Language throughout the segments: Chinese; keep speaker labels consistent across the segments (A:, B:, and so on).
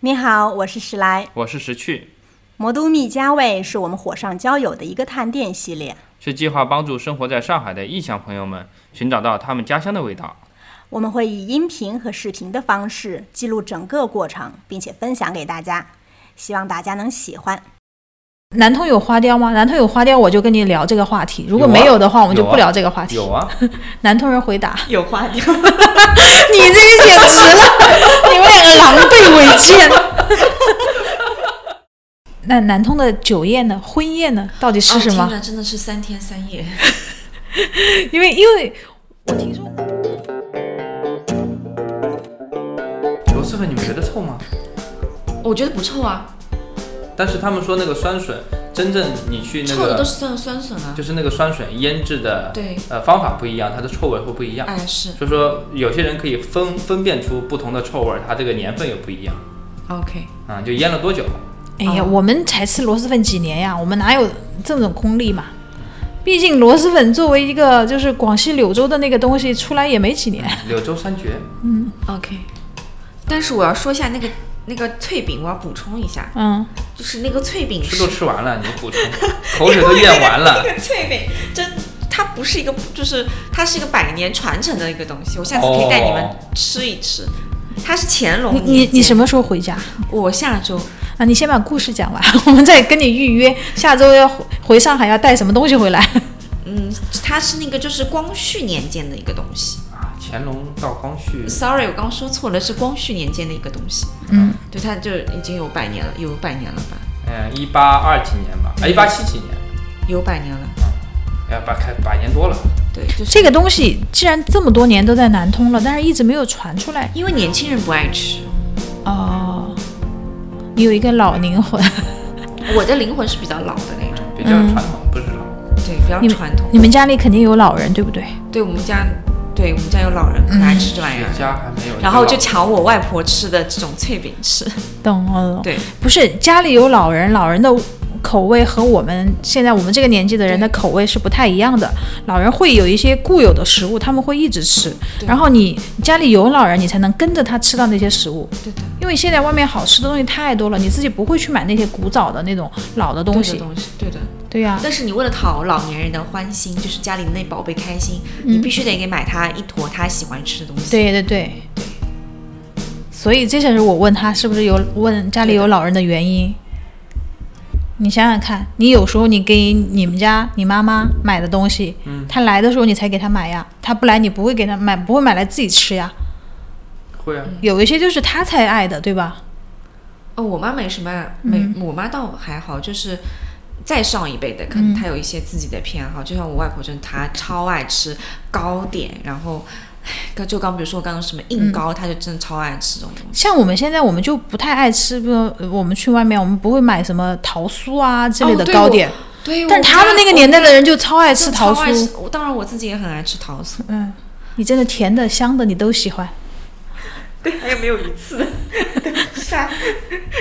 A: 你好，我是史来。
B: 我是石去，
A: 魔都蜜家味是我们火上浇友的一个探店系列。
B: 是计划帮助生活在上海的异乡朋友们寻找到他们家乡的味道。
A: 我们会以音频和视频的方式记录整个过程，并且分享给大家，希望大家能喜欢。
C: 南通有花雕吗？南通有花雕，我就跟你聊这个话题。如果
B: 有啊
C: 没有的话，我们就
B: 有啊
C: 不聊这个话题。
B: 有啊，
C: 南通人回答
D: 有花 雕，
C: 你这就简直 了，你们两个狼狈为奸。 那南通的酒宴呢？婚宴呢？到底是什
D: 哦
C: 么？
D: 天哪，真的是三天三夜。
C: 因为因为我听说
B: 螺蛳粉你们觉得臭吗？
D: 我觉得不臭啊，
B: 但是他们说那个酸笋，真正你去那
D: 臭的都
B: 个
D: 是酸酸笋啊
B: 就。是那个酸笋腌制的，
D: 对
B: 呃，方法不一样，它的臭味会不一样。
D: 哎，是
B: 所以说有些人可以分分辨出不同的臭味，它这个年份也不一样
D: OK。
B: 啊、就腌了多久。
C: 哎呀，
D: 哦
C: 我们才吃螺蛳粉几年呀，我们哪有这种功力嘛？毕竟螺蛳粉作为一个就是广西柳州的那个东西出来也没几年，
B: 柳州三绝，
D: OK，但是我要说一下那个那个脆饼，我要补充一下，
C: 嗯，
D: 就是那个脆饼
B: 吃
D: 是
B: 都吃完了，你补充，口水都咽完
D: 那
B: 了。
D: 个 脆饼真。它不是一个，就是它是一个百年传承的一个东西。我下次可以带你们
B: 哦
D: 吃一吃。它是乾隆
C: 你
D: 年
C: 你
D: 间
C: 你什？么时候回家
D: 我下周
C: 啊？你先把故事讲完， 我们再跟你预约下周要回回上海要带什么东西回来。
D: 嗯，它是那个就是光绪年间的一个东西。
B: 啊，乾隆到光绪，
D: Sorry，我刚刚说错了，是光绪年间的一个东西。
C: 嗯，
D: 对，它就已经有百年了，有百年了吧？
B: 嗯、1一八二几年吧，啊，一八七几年，
D: 有百年了。
B: 要百哎开百年多了。
D: 对，就是
C: 这个东西既然这么多年都在南通了，但是一直没有传出来
D: 因为年轻人不爱吃。
C: 哦。你有一个老灵魂，
D: 我的灵魂是比较老的那种，
B: 比较传统，不是老。
D: 对，比较
C: 你们
D: 传统。
C: 你们家里肯定有老人，对不对？
D: 对我们家，对我们家有老人可爱吃这玩意
B: 雪茄
D: 儿，
B: 还没有。
D: 然后就抢我外婆吃的这种脆饼吃。
C: 懂了懂。
D: 对，
C: 不是家里有老人，老人的口味和我们现在我们这个年纪的人的口味是不太一样的。老人会有一些固有的食物，他们会一直吃。
D: 对
C: 然后你家里有老人，你才能跟着他吃到那些食物。
D: 对的，
C: 因为现在外面好吃的东西太多了，你自己不会去买那些古早的那种老的东
D: 对的
C: 西。
D: 东西，对的。
C: 对呀、
D: 但是你为了讨老年人的欢心，就是家里那宝贝开心，
C: 嗯
D: 你必须得给买他一坨他喜欢吃的东西。，
C: 对对对。所以这就是我问他是不是有问家里有老人的原因。你想想看，你有时候你给你们家你妈妈买的东西，
D: 嗯
C: 她来的时候你才给她买呀，她不来你不会给她买，不会买来自己吃呀。
B: 会啊，
C: 有一些就是她才爱的，对吧？
D: 哦，我妈没什么爱，没、
C: 嗯
D: 我妈倒还好，就是再上一辈的，
C: 嗯
D: 可能她有一些自己的偏好，就像我外婆，就是她超爱吃糕点，然后。唉刚就刚比如说我刚刚什么
C: 嗯
D: 硬糕，她就真的超爱吃这种东西。
C: 像我们现在我们就不太爱吃，比如呃我们去外面我们不会买什么桃酥啊之类
D: 哦
C: 的
D: 对
C: 糕
D: 我
C: 点，
D: 对，
C: 但
D: 我
C: 他
D: 家
C: 们那个
D: 我
C: 年代的人就超爱
D: 就
C: 吃桃
D: 超爱
C: 酥
D: 吃。我当然我自己也很爱吃桃酥，
C: 嗯，你真的甜的香的你都喜欢。
D: 对，还有没有一 次？下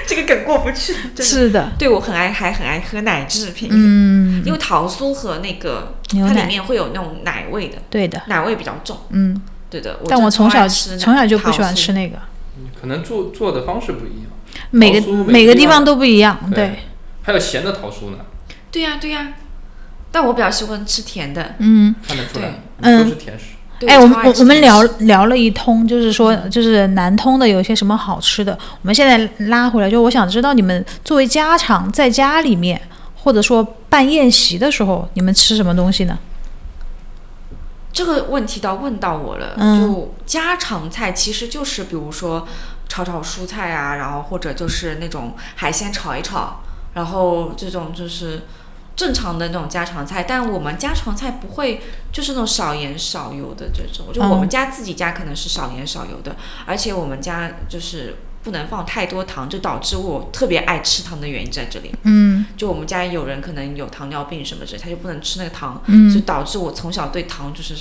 D: 这个梗过不去，真的。
C: 是的，
D: 对我很爱，还很爱喝奶制品，
C: 嗯，
D: 因为桃酥和那个
C: 牛
D: 它
C: 奶
D: 里面会有那种奶味的，
C: 对的，
D: 奶味比较重。
C: 嗯。
D: 对的，
C: 但
D: 真
C: 我
D: 的
C: 从
D: 超爱
C: 小
D: 吃
C: 从小就不喜欢
D: 桃酥
C: 吃那个，
B: 嗯可能做做的方式不一样，
C: 每个
B: 桃酥每
C: 每
B: 个
C: 个
B: 地
C: 地
B: 方
C: 方都不一样。
B: 对
C: 嗯对，
B: 还有咸的桃酥呢，
D: 对呀、对呀、但我比较喜欢吃甜的。
C: 嗯，
B: 看得出来，
C: 对
B: 你都是甜食。
D: 对
C: 哎，我们
D: 超爱
C: 我
D: 吃
C: 我们
D: 甜
C: 聊
D: 食
C: 聊了一通，就是说就是南通的有些什么好吃的，我们现在拉回来，就我想知道你们作为家常在家里面，或者说办宴席的时候，你们吃什么东西呢？
D: 这个问题倒问到我了，
C: 嗯
D: 就家常菜其实就是比如说炒炒蔬菜啊，然后或者就是那种海鲜炒一炒，然后这种就是正常的那种家常菜。但我们家常菜不会就是那种少盐少油的这种，就
C: 哦
D: 我们家自己家可能是少盐少油的，而且我们家就是不能放太多糖，就导致我特别爱吃糖的原因在这里。
C: 嗯
D: 就我们家有人可能有糖尿病什么之类，他就不能吃那个糖，就
C: 嗯，
D: 导致我从小对糖就是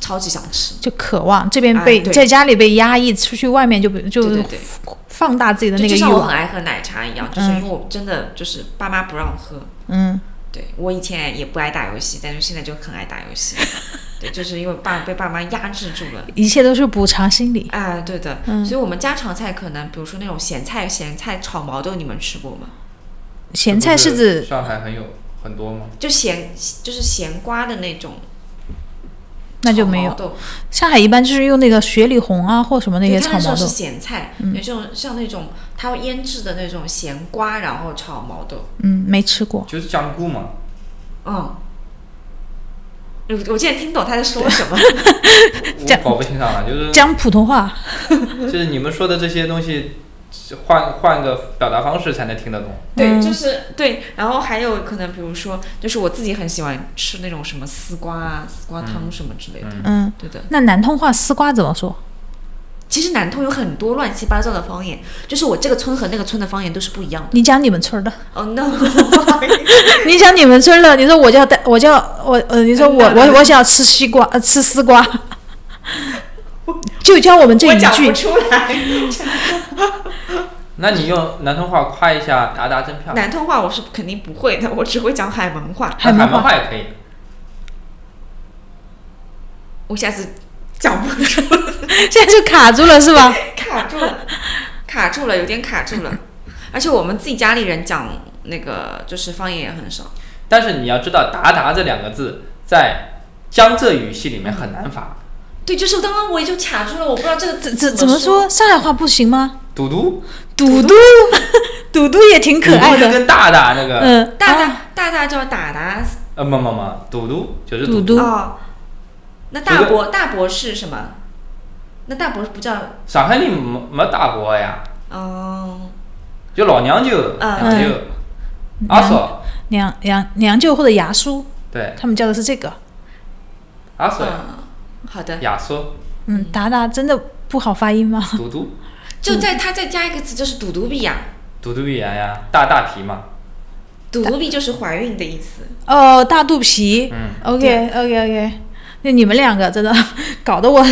D: 超级想吃。
C: 就渴望这边
D: 哎
C: 被
D: 对
C: 在家里被压抑，出去外面就被
D: 对对
C: 就
D: 对，
C: 放大自己的
D: 就
C: 那个
D: 就
C: 欲
D: 像我很
C: 望。
D: 爱喝奶茶一样，就是
C: 嗯
D: 因为我真的就是爸妈不让喝。
C: 嗯，
D: 对我以前也不爱打游戏，但是现在就很爱打游戏。对，就是因为爸被爸妈压制住了。
C: 一切都是补偿心理。
D: 哎，对的，
C: 嗯
D: 所以我们家常菜可能，比如说那种咸菜、咸菜炒毛豆，你们吃过吗？
C: 咸菜
B: 这
C: 是
B: 不
C: 指
B: 上海很有很多吗？
D: 就咸，就是咸瓜的那种。
C: 那就没有
D: 毛豆，
C: 上海一般就是用那个雪里红啊或什么那些
D: 对，
C: 炒
D: 它那
C: 毛
D: 种是
C: 豆，嗯
D: 咸菜，有这种像那种它会腌制的那种咸瓜，然后炒毛豆。
C: 嗯，没吃过。
B: 就是香菇嘛，
D: 嗯，我我现在听懂他在说 什么。
B: 我
C: 这样
B: 搞不清楚了，就是
C: 讲普通话，
B: 就是你们说的这些东西，换换个表达方式才能听得懂。
D: 对，就
C: 嗯
D: 是对，然后还有可能，比如说，就是我自己很喜欢吃那种什么丝瓜啊、丝瓜汤什么之类的。
B: 嗯
C: 嗯，
D: 对的，
C: 那南通话丝瓜怎么说？
D: 其实南通有很多乱七八糟的方言，就是我这个村和那个村的方言都是不一样的。
C: 你讲你们村儿 的，
D: 哦、no！不好意思
C: 你讲你们村儿的，你说我叫大，我叫我呃，你说我我我想吃西瓜，呃，吃丝瓜， 就教我们这
D: 我
C: 一
D: 讲不
C: 句。
D: 出 来。
B: 那你用南通话夸一下达达真漂亮，
D: 南通话我是肯定不会的，我只会讲海门话。
B: 那
C: 海
B: 海
C: 门
B: 门
C: 话
B: 话也可以。
D: 我下次讲不出，
C: 现在就卡住了是吧？
D: 卡住了，卡住了，有点卡住了。而且我们自己家里人讲那个就是方言也很少。
B: 但是你要知道“达达”这两个字在江浙语系里面很难发，
D: 对，就是刚刚我也就卡住了，我不知道这个
C: 怎怎
D: 字怎
C: 怎么说？上海话不行吗？
B: 嘟嘟
C: 嘟 嘟，嘟嘟也挺可爱
B: 嘟嘟就
C: 的。
B: 跟大大那个，
C: 嗯，
D: 大
C: 啊
D: 大大大叫达达
B: 呃，么么么，嘟嘟就是
C: 嘟
B: 嘟，
C: 嘟，
D: 哦，那大伯大伯是什么？那大伯不叫
B: 上海里没没大伯呀，
D: 嗯
B: 就老娘舅、
D: 嗯
B: 娘舅、阿嫂，
C: 娘娘娘舅或者牙叔，
B: 对，
C: 他们叫的是这个。
B: 阿嫂、
D: 嗯，好的，
B: 亚叔、
C: 嗯，达达真的不好发音吗？
B: 嘟嘟、
D: 就在他再加一个词，就是赌肚皮呀，
B: 嘟嘟语言呀，大大皮嘛，
D: 赌肚皮就是怀孕的意思。
C: 哦，大肚皮。
B: 嗯，
C: OK OK OK，那你们两个真的 搞得我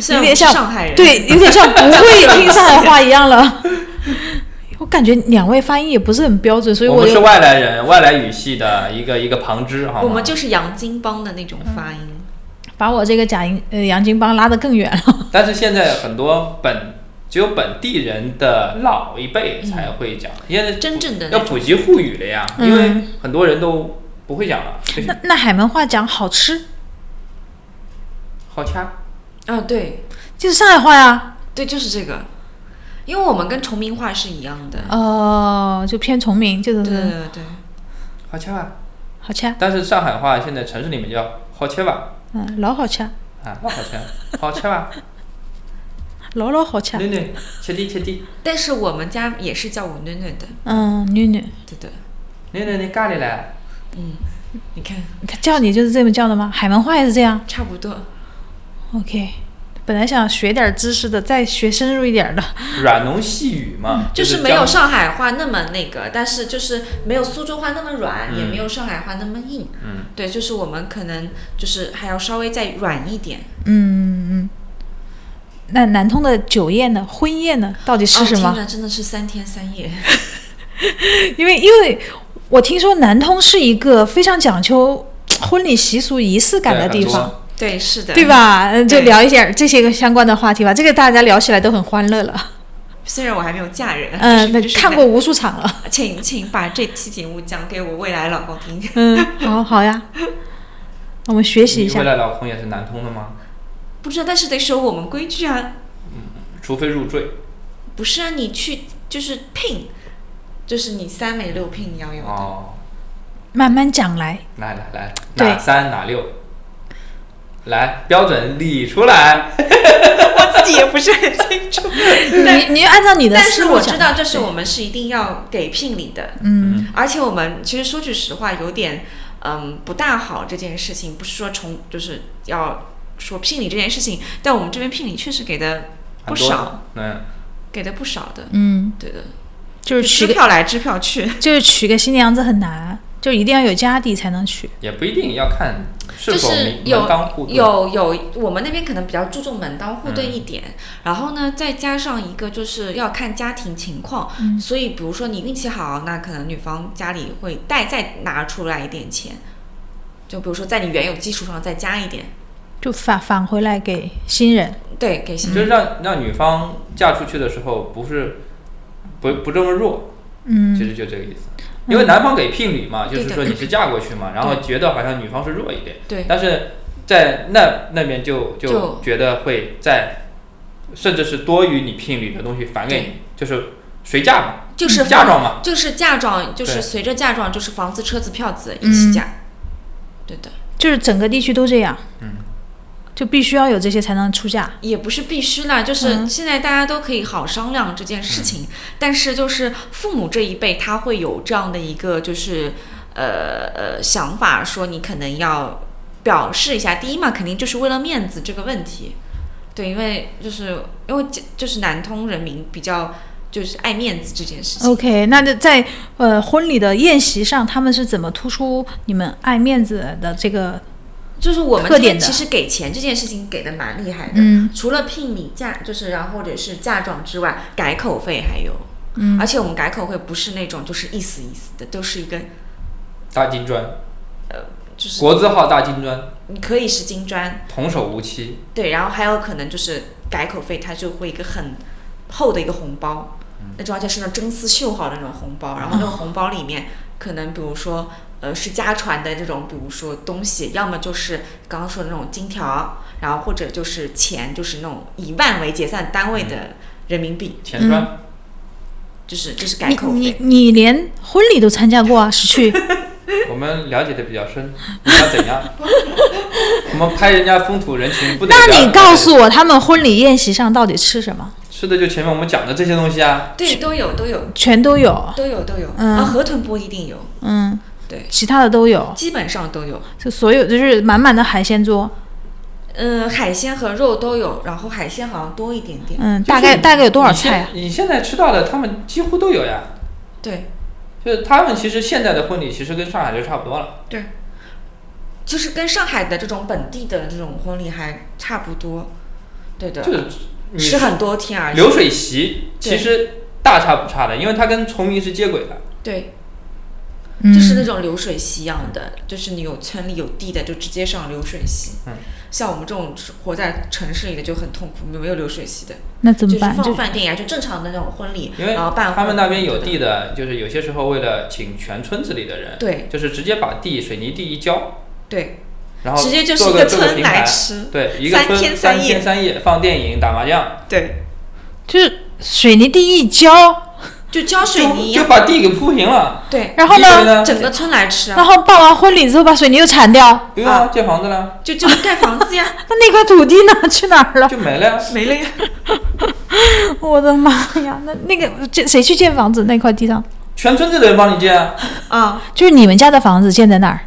D: 虽
C: 有
D: 然我
C: 点
D: 是
C: 像
D: 上海人，
C: 对，有点像不会听上海话一样 了。我感觉两位发音也不是很标准，所以
B: 我
C: 我
B: 们是
C: 有
B: 外来人，外来语系的一个一个旁支，好吗？
D: 我们就是洋泾浜的那种发音。
C: 把我这个假音呃洋泾浜拉得更远了。
B: 但是现在很多本只有本地人的老一辈才会讲，现在
D: 真正的那
B: 要
D: 种
B: 普及沪语了呀，
C: 嗯
B: 因为很多人都不会讲了。这
C: 那
B: 些
C: 那海门话讲好吃，
B: 好吃，
D: 啊，对
C: 就是上海话呀，
D: 对，就是这个，因为我们跟崇明话是一样的。
C: 哦，就偏崇明，就
D: 对对
C: 是
D: 对对，
B: 好啊吃吧？
C: 好吃，啊
B: 但是上海话现在城市里面叫好吃吧，
C: 嗯，老好吃，
B: 啊，好吃，好吃吧，
C: 老老好吃，啊
B: 囡囡，吃的吃的，
D: 但是我们家也是叫我囡囡的，
C: 嗯，女女，
D: 对的。
B: 囡囡你咖喱来，
D: 你看，
C: 他叫你就是这么叫的吗？海门话也是这样。
D: 差不多。
C: OK，本来想学点知识的，再学深入一点的。
B: 软浓细语嘛，
D: 嗯就是是没有
B: 江
D: 上海话那么那个，但是就是没有苏州话那么软，
B: 嗯
D: 也没有上海话那么硬。
B: 嗯，
D: 对，就是我们可能就是还要稍微再软一点。
C: 嗯嗯。那南通的酒宴呢？婚宴呢？到底是什
D: 哦、
C: 么？
D: 听着真的是三天三夜。
C: 因为因为我听说南通是一个非常讲究婚礼习俗仪式感的
B: 对
C: 地
B: 很
C: 方
B: 多，
D: 对，是的，
C: 对？吧？嗯，就
D: 对
C: 聊一点这些个相关的话题吧。这个大家聊起来都很欢乐了。
D: 虽然我还没有嫁人，
C: 嗯，那
D: 哎就是
C: 看过，无数场了。
D: 就是请请把这期节目讲给我未来老公听。
C: 嗯，好好呀，我们学习一
B: 你
C: 下
B: 未。来老公也是南通的吗？
D: 不知道，但是得守我们规矩啊。
B: 除非入赘
D: 不是啊，你去就是聘，就是你三媒六聘你要有的。
B: 哦，
C: 慢慢讲来。
B: 来来来，
C: 对
B: 哪三哪六？来，标准理出来。
D: 我自己也不是很清楚。
C: 你你按照你的
D: 但
C: 思
D: 是
C: 路
D: 我
C: 讲
D: 知。道，这是我们是一定要给聘礼的，
C: 嗯。
D: 而且我们其实说句实话，有点嗯不大好这件事情，不是说从就是要说聘礼这件事情，但我们这边聘礼确实给的不少，
B: 嗯，
D: 给的不少的，
C: 嗯，
D: 对的，
C: 就是娶
D: 支
C: 个
D: 票来支票去，
C: 就是娶个新娘子很难，就一定要有家底才能娶。
B: 也不一定要看是
D: 就
B: 否
D: 是
B: 门
D: 有
B: 门当户对。
D: 有有，我们那边可能比较注重门当户对一
B: 嗯
D: 点，然后呢，再加上一个就是要看家庭情况，所以比如说你运气好，那可能女方家里会再再拿出来一点钱，就比如说在你原有基础上再加一点，
C: 就返返回来给新人。
D: 对，给
B: 嗯
D: 新
B: 就是让让女方嫁出去的时候不是不不这么弱，其
C: 嗯，
B: 实就这个意思。因为男方给聘礼嘛，就是说
D: 对的
B: 你是嫁过去嘛，然后觉得好像女方是弱一点，
D: 对
B: 但是在那那边就就
D: 就
B: 觉得会在，甚至是多于你聘礼的东西返给你，就是随嫁嘛，
D: 就是
B: 嫁妆嘛，
D: 就是嫁妆，就
B: 对
D: 是随着嫁妆，就是房子、车子、票子一起嫁。对的，
C: 就是整个地区都这样。
B: 嗯
C: 就必须要有这些才能出嫁。
D: 也不是必须啦，就是现在大家都可以好商量这件事情，但是就是父母这一辈他会有这样的一个就是呃呃想法，说你可能要表示一下，第一嘛，肯定就是为了面子这个问题，对，因为就是因为这就是南通人民比较就是爱面子这件事情。
C: OK，那就在呃婚礼的宴席上，他们是怎么突出你们爱面子的这个？
D: 就是我们
C: 特
D: 这
C: 点
D: 边
C: 的
D: 其实给钱这件事情给的蛮厉害的，
C: 嗯
D: 除了聘礼嫁，就是然后或者是嫁妆之外，改口费还有，
C: 嗯
D: 而且我们改口费不是那种就是意思意思的，都是一个
B: 大金砖，
D: 就是
B: 国字号大金砖，
D: 你可以是金砖，
B: 童叟无欺，
D: 对，然后还有可能就是改口费，它就会一个很厚的一个红包，那种而且是那种真丝绣好的那种红包，然后那个红包里面可能比如说呃是家传的这种，比如说东西，要么就是刚刚说的那种金条，然后或者就是钱，就是那种以万为结算单位的人民币，
C: 嗯
B: 钱砖，
D: 就是就是改
C: 你
D: 口
C: 你
D: 费。
C: 你连婚礼都参加过啊？石去
B: 我们了解的比较深，你想怎样？ 我们拍人家风土人情，不得
C: 那
B: 了
C: 你告诉我，他们婚礼宴席上到底吃什么？
B: 吃的就前面我们讲的这些东西啊，
D: 对，都有都有
C: 全都有，
D: 都有都有，
C: 嗯
D: 啊，河豚不一定有，
C: 嗯，
D: 对，
C: 其他的都有，
D: 基本上都有。
C: 就所有就是满满的海鲜桌，
D: 嗯，海鲜和肉都有，然后海鲜好像多一点点。
C: 嗯，
B: 就是
C: 大概大概有多少菜啊？
B: 你现？你现在吃到的，他们几乎都有呀。
D: 对，
B: 就是他们其实现在的婚礼其实跟上海就差不多了，
D: 就是跟上海的这种本地的这种婚礼还差不多。对的
B: 就，是你
D: 是很多天而已。
B: 流水席其实大差不差的，因为它跟崇明是接轨的。
D: 对，
C: 嗯
D: 就是那种流水席一样的，就是你有村里有地的就直接上流水席。
B: 嗯
D: 像我们这种活在城市里的就很痛苦，没有流水席的，
C: 那怎么
D: 就是
C: 办？
D: 放
C: 就
D: 饭店呀，就正常的那种婚礼，
B: 因为
D: 然后办
B: 他们
D: 婚
B: 那边有
D: 啊对的
B: 地的，就是有些时候为了请全村子里的人，
D: 对
B: 就是直接把地水泥地一浇，
D: 对，
B: 然后
D: 直接就是
B: 做
D: 一
B: 个
D: 个
B: 做个
D: 村
B: 平台
D: 来，吃，
B: 对，一个
D: 三
B: 村
D: 天
B: 三
D: 三夜
B: 天三夜放电影、打麻将，
D: 对，
C: 就是水泥地一浇，
D: 就浇水泥一啊
B: 就
D: 样
B: 就，把地给铺平了，
D: 对，
C: 然后
B: 你以为
C: 呢，
B: 呢？
D: 整个村来吃啊，
C: 然后办完婚礼之后把水泥又铲掉，
B: 不用啊，建房子了，
D: 就就是盖房子呀，
C: 那那块土地呢？去哪儿了？
B: 就没了呀。
D: 没了呀，
C: 我的妈呀，那那个这谁去建房子？那块地上
B: 全村子的人帮你建啊，
D: 啊，
C: 就是你们家的房子建在哪儿？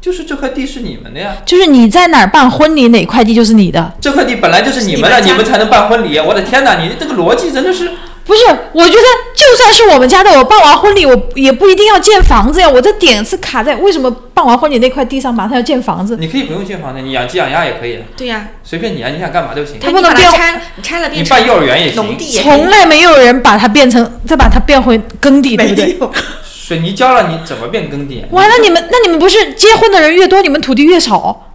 B: 就是这块地是你们的呀。
C: 就是你在哪儿办婚礼，哪块地就是你的。
B: 这块地本来就是你们的，
D: 是你们家
B: 你们才能办婚礼。我的天哪，你这个逻辑真的是，
C: 不是，我觉得就算是我们家的，我办完婚礼，我也不一定要建房子呀。我这点是卡在为什么办完婚礼那块地上马上要建房 子？
B: 你可以不用建房子，你养鸡养鸭也可以，啊，
D: 对呀，
B: 随便你啊，你想干嘛都行。
C: 它
D: 它
C: 不能
D: 你把
C: 变
D: 它拆，你拆了
B: 你
D: 变成
B: 办幼儿园也
D: 农
B: 行，
D: 地也可以
C: 从来没有人把它变成再把它变回耕地，对不对？
D: 有，
B: 水泥浇了你怎么变耕地啊？
C: 完了，你们那你们不是结婚的人越多，你们土地越少？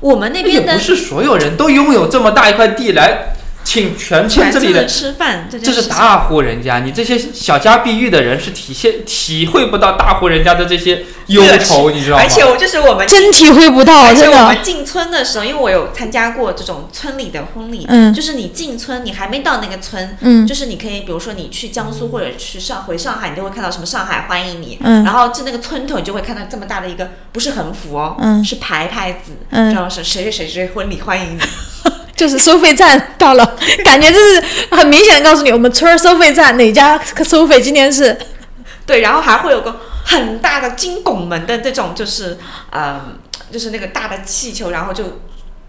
D: 我们那
B: 也
D: 边
B: 不
D: 的
B: 是所有人都拥有这么大一块地来请全啊村
D: 全
B: 这里
D: 村
B: 的
D: 的，吃饭这
B: 这
D: 件事
B: 是
D: 情，
B: 大户人家，你这些小家碧玉的人是体现体会不到大户人家的这些忧愁，你知道吗
D: 而？且我就是我们
C: 真体会不到，
D: 而且
C: 真
D: 我
C: 的。
D: 们进村的时候，因为我有参加过这种村里的婚礼，
C: 嗯
D: 就是你进村，你还没到那个村，
C: 嗯
D: 就是你可以，比如说你去江苏或者去上回上海，你就会看到什么上海欢迎你，
C: 嗯
D: 然后就那个村头你就会看到这么大的一个不是横幅哦，
C: 嗯
D: 是牌牌子，
C: 嗯
D: 然后是谁谁谁谁婚礼欢迎你，
C: 就是收费站到了，感觉就是很明显的告诉你，我们村儿收费站哪家收费今天是
D: 对，然后还会有个很大的金拱门的那种，就是呃，就是那个大的气球，然后就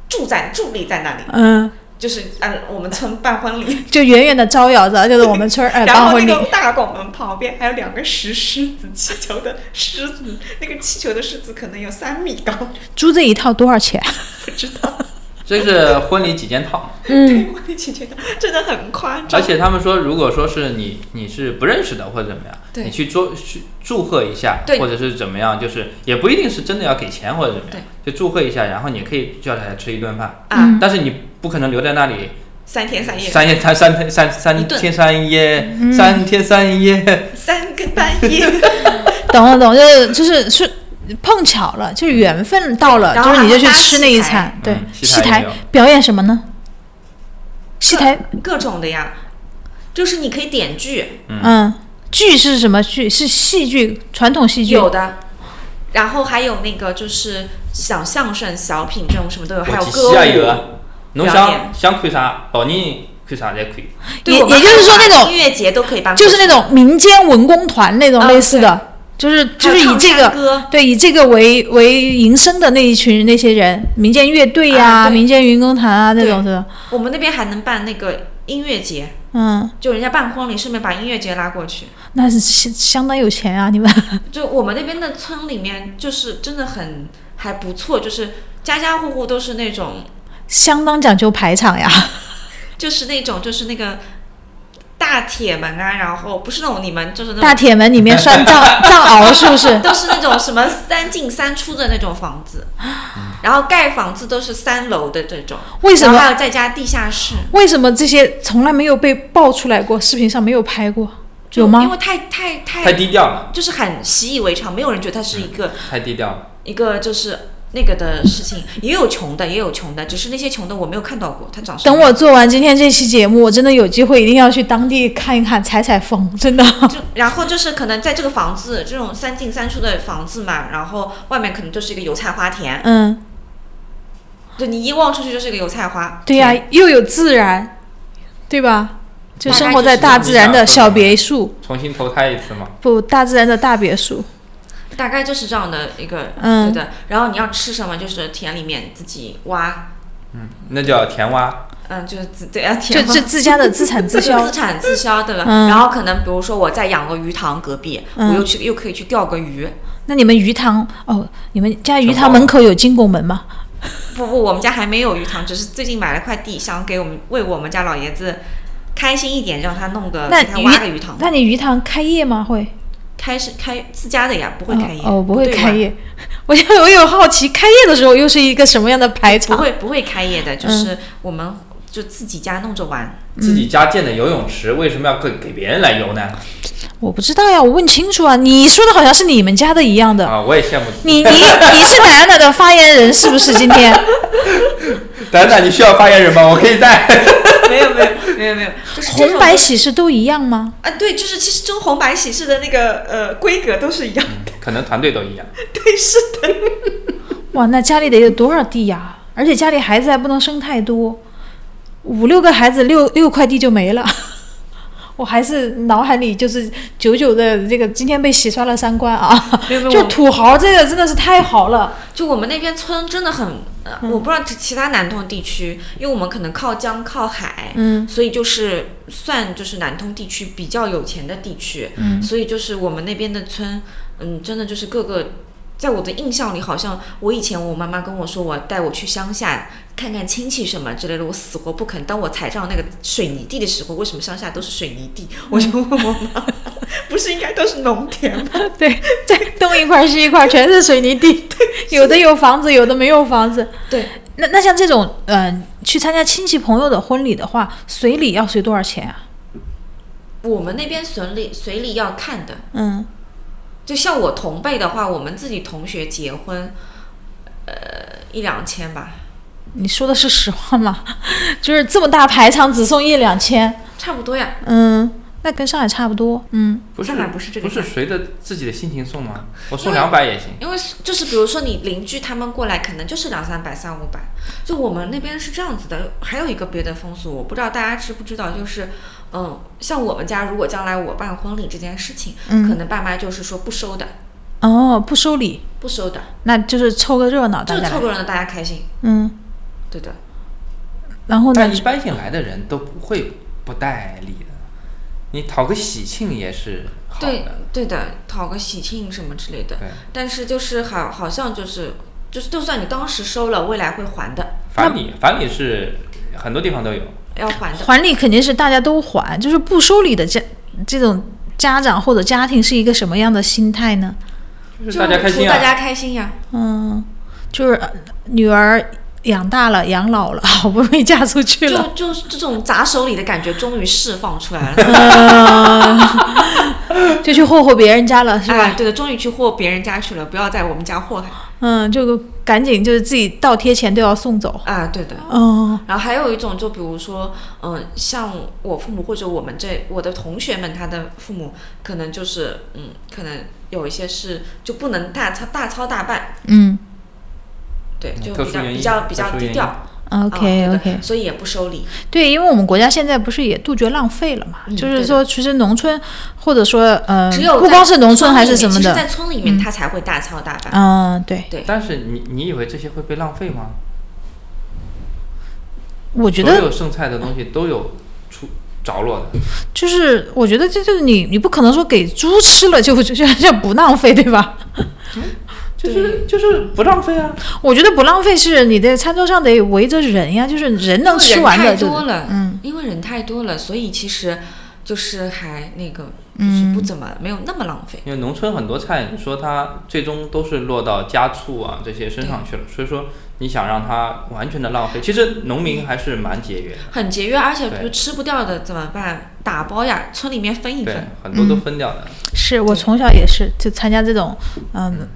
D: 驻在伫立在那里，
C: 嗯，
D: 就是嗯、我们村办婚礼。
C: 就远远的招摇着，就是我们村 儿哎办
D: 然后那
C: 婚礼，
D: 个大拱门旁边还有两个石狮子，气球的狮子，那个气球的狮子可能有三米高，
C: 租这一套多少钱？
D: 不知道。
B: 这是婚礼几件套。
D: 对
E: 嗯，
D: 我一起觉得真的很夸
B: 而
D: 张。啊
B: 且他们说，如果说是你你是不认识的或者怎么样，
D: 对
B: 你去祝去祝贺一下，
D: 对
B: 或者是怎么样，就是也不一定是真的要给钱或者怎么样，就祝贺一下，然后你可以叫他来吃一顿饭，
C: 嗯
D: 啊，
B: 但是你不可能留在那里
D: 三天三夜，
B: 三夜三三天三
D: 一
B: 三
D: 顿嗯
B: 天三夜三天三夜，
D: 三更半夜，
C: 懂了懂了，就是就是是碰巧了，就是缘分到了，
D: 然后
C: 就是你就去
D: 还搭
C: 吃那一
D: 戏台
C: 餐。对
B: 嗯，戏
C: 戏
B: 台也
C: 台
B: 有
C: 表演什么呢？戏台，
D: 各种的呀。就是你可以点剧，
C: 嗯，剧是什么剧？是戏剧，传统戏剧。
D: 有的，然后还有那个就是像相声、小品这种什么都有，还有
B: 我去
D: 歌
B: 西亚有
D: 舞。
B: 啊，侬
D: 表
B: 想
D: 演
B: 想看啥，老人看啥侪可以。
D: 对
C: 也
D: 我们
C: 也就是说
D: 还有啊
C: 那种
D: 音乐节都可以办，
C: 就是那种民间文工团那种
D: 啊
C: 类似的，就是就是以这
D: 还有唱山
C: 个
D: 歌
C: 对以这个为为营生的那一群那些人，民间乐队呀、
D: 啊对
C: 民间文工团啊那
D: 对
C: 种的，
D: 我们那边还能办那个音乐节，
C: 嗯，
D: 就人家办婚礼，顺便把音乐节拉过去。
C: 那是相相当有钱啊！你们
D: 就我们那边的村里面，就是真的很还不错，就是家家户户都是那种，
C: 相当讲究排场呀，
D: 就是那种，就是那个大铁门啊，然后不是那种你们就是那
C: 大
D: 种，
C: 铁门里面拴藏藏獒是不 是？
D: 都是那种什么三进三出的那种房子，然后盖房子都是三楼的这种，
C: 嗯为什
D: 然后还
C: 么
D: 有再加地下室，
C: 为什么这些从来没有被爆出来过？视频上没有拍过，
D: 就
C: 有
D: 因
C: 吗？
D: 为太太
B: 太
D: 太
B: 低调了，
D: 就是很习以为常，没有人觉得它是一
C: 嗯
D: 个
B: 太低调了。
D: 一个就是那个的事情，也有穷的，也有穷的，只是那些穷的我没有看到过，他长什么
C: 等我做完今天这期节目，我真的有机会一定要去当地看一看，采采风， 真的。
D: 就然后就是可能在这个房子这种三进三出的房子嘛，然后外面可能就是一个油菜花田，
C: 嗯，
D: 就你一望出去就是一个油菜花。
C: 对呀、又有自然，对吧？就
D: 大
C: 生
D: 概
C: 活
D: 就
C: 在
D: 是
C: 大
B: 这
C: 自
B: 么
C: 然
B: 想
C: 的
B: 的
C: 小
B: 吧
C: 别墅，
B: 重新投胎一次嘛，
C: 不，大自然的大别墅。
D: 大概就是这样的一个，
C: 嗯
D: 对的。然后你要吃什么，就是田里面自己挖，
B: 那叫甜蛙。
D: 嗯，就是自对啊，
C: 就
D: 田嘛
C: 就自家的自产自销
D: 自。产自销，对吧？
C: 嗯
D: 然后可能比如说我再养个鱼塘隔壁，
C: 嗯
D: 我又去又可以去钓个鱼。
C: 那你们鱼塘哦，你们家鱼
B: 城
C: 塘
B: 堡
C: 门口有金拱门吗？
D: 不不，我们家还没有鱼塘，只是最近买了块地，想给我们为我们家老爷子开心一点，让他弄个
C: 那
D: 给他挖个鱼塘。
C: 那你鱼塘开业吗？会？
D: 开是开自家的呀，不会开业
C: 哦，哦不会
D: 对吗
C: 开业。 我就我有好奇，开业的时候又是一个什么样的排
D: 不
C: 场？
D: 会不会开业的，
C: 嗯
D: 就是我们就自己家弄着玩。
B: 自己家建的游泳池为什么要给给别人来游呢？
C: 我不知道呀，我问清楚啊。你说的好像是你们家的一样的。
B: 啊，我也羡慕
C: 你你你是奶奶的发言人是不是？今 天
B: 等等，你需要发言 人吗？我可以带。
D: 没有没有没有没有，就是这
C: 红
D: 种
C: 白喜事都一样吗？
D: 啊，对，就是其实中红白喜事的那个呃规格都是一样，
B: 可能团队都一样，
D: 对，是的。
C: 哇，那家里得有多少地呀？而且家里孩子还不能生太多，五六个孩子，六六块地就没了。 我还是脑海里就是久久的这个，今天被洗刷了三观 啊！
D: 没有没有
C: 就
D: 我
C: 土豪这个真的是太豪了，
D: 就我们那边村真的很，呃我不知道其其他南通地区，因为我们可能靠江靠海，
C: 嗯，
D: 所以就是算就是南通地区比较有钱的地区，嗯，所以就是我们那边的村，嗯，真的就是各个，在我的印象里，好像我以前我妈妈跟我说，我带我去乡下看看亲戚什么之类的，我死活不肯。当我踩上那个水泥地的时候，为什么乡下都是水泥地？我就问我妈，不是应该都是农田吗？
C: 对，这东一块儿西一块儿，全是水泥地，有的有房子，有的没有房子。
D: 对，
C: 那那像这种，呃，去参加亲戚朋友的婚礼的话，随礼要随多少钱啊？
D: 我们那边随礼随礼要看的，
C: 嗯，
D: 就像我同辈的话，我们自己同学结婚，呃，一两千吧，
C: 你说的是实话吗？ 就是这么大排场，只送一两千。
D: 差不多呀。
C: 嗯，那跟上海差不多。嗯，
B: 不是
D: 当然不是这个
B: 不是随着自己的心情送吗？我送
D: 因为
B: 两百也行。
D: 因为就是比如说你邻居他们过来，可能就是两三百、三五百。就我们那边是这样子的，还有一个别的风俗，我不知道大家知不知道，就是，嗯，像我们家如果将来我办婚礼这件事情，
C: 嗯
D: 可能爸妈就是说不收的，
C: 哦，不收礼，
D: 不收的，
C: 那就是凑个热闹，
D: 就
C: 大
D: 是
C: 家
D: 凑
C: 来。
D: 个热闹，大家开心。
C: 嗯，
D: 对的，
C: 然后呢
B: 但？一般性来的人都不会不带礼的，你讨个喜庆也是好
D: 对
B: 的。
D: 对的，讨个喜庆什么之类的。
B: 对，
D: 但是就是好，好像就是就是，就算你当时收了，未来会还的。
B: 返礼返礼是很多地方都有，
D: 要还的。
C: 还礼肯定是大家都还，就是不收礼的家这种家长或者家庭是一个什么样的心态呢？
B: 就是
D: 就
B: 大家开
D: 图
B: 心
D: 大家
B: 啊。
D: 开心呀、
C: 嗯，就是呃女儿养大了、养老了， 好不容易嫁出去了，
D: 就就是这种砸手里的感觉终于释放出来 了，
C: 呃就去霍霍别人家了，是吧？
D: 哎，对的，终于去祸别人家去了，不要在我们家祸害
C: 嗯，就赶紧就是自己倒贴钱都要送走。
D: 啊，对的。
C: 哦，
D: 然后还有一种，就比如说，嗯、像我父母或者我们这我的同学们，他的父母可能就是，嗯，可能有一些是就不能大操大操大办，
C: 嗯
D: 对，
B: 嗯
D: 就
B: 特
D: 比
B: 殊
D: 较
B: 原因
D: 比较比
B: 特
D: 较
B: 殊
D: 低
B: 原
D: 调
B: 因
D: 啊
C: ，OK
D: 对的
C: OK，
D: 所以也不收礼，
C: 对，因为我们国家现在不是也杜绝浪费了嘛，
D: 嗯
C: 就是说，其实农村或者说呃，
D: 只有
C: 不
D: 在
C: 光是农村
D: 里
C: 还是
D: 面
C: 什么
D: 其实
C: 的，
D: 在村里面他才会大操大办，
C: 嗯，对，
B: 但是你你以为这些会被浪费吗？
C: 我觉
B: 所
C: 得
B: 有剩菜的东西都有出着落的，
C: 就是，我觉得这就是你，你不可能说给猪吃了就就就就不浪费，对吧？
B: 就是就是不浪费啊。
C: 我觉得不浪费是你的餐桌上得围着人呀，就是人能吃完
D: 因为
C: 的
D: 人太
C: 就
D: 多了，
C: 嗯，
D: 因为人太多了，所以其实就是还那个，
B: 嗯
D: 就是不怎么、没有那么浪费。
B: 因为农村很多菜，你说它最终都是落到家畜啊这些身上去了，所以说你想让它完全的浪费，其实农民还是蛮节约的，
D: 很节约，而且比如
B: 对
D: 吃不掉的怎么办？打包呀，村里面分一
B: 对
D: 分。，
B: 很多都分掉的。
C: 是我从小也是就参加这种，嗯，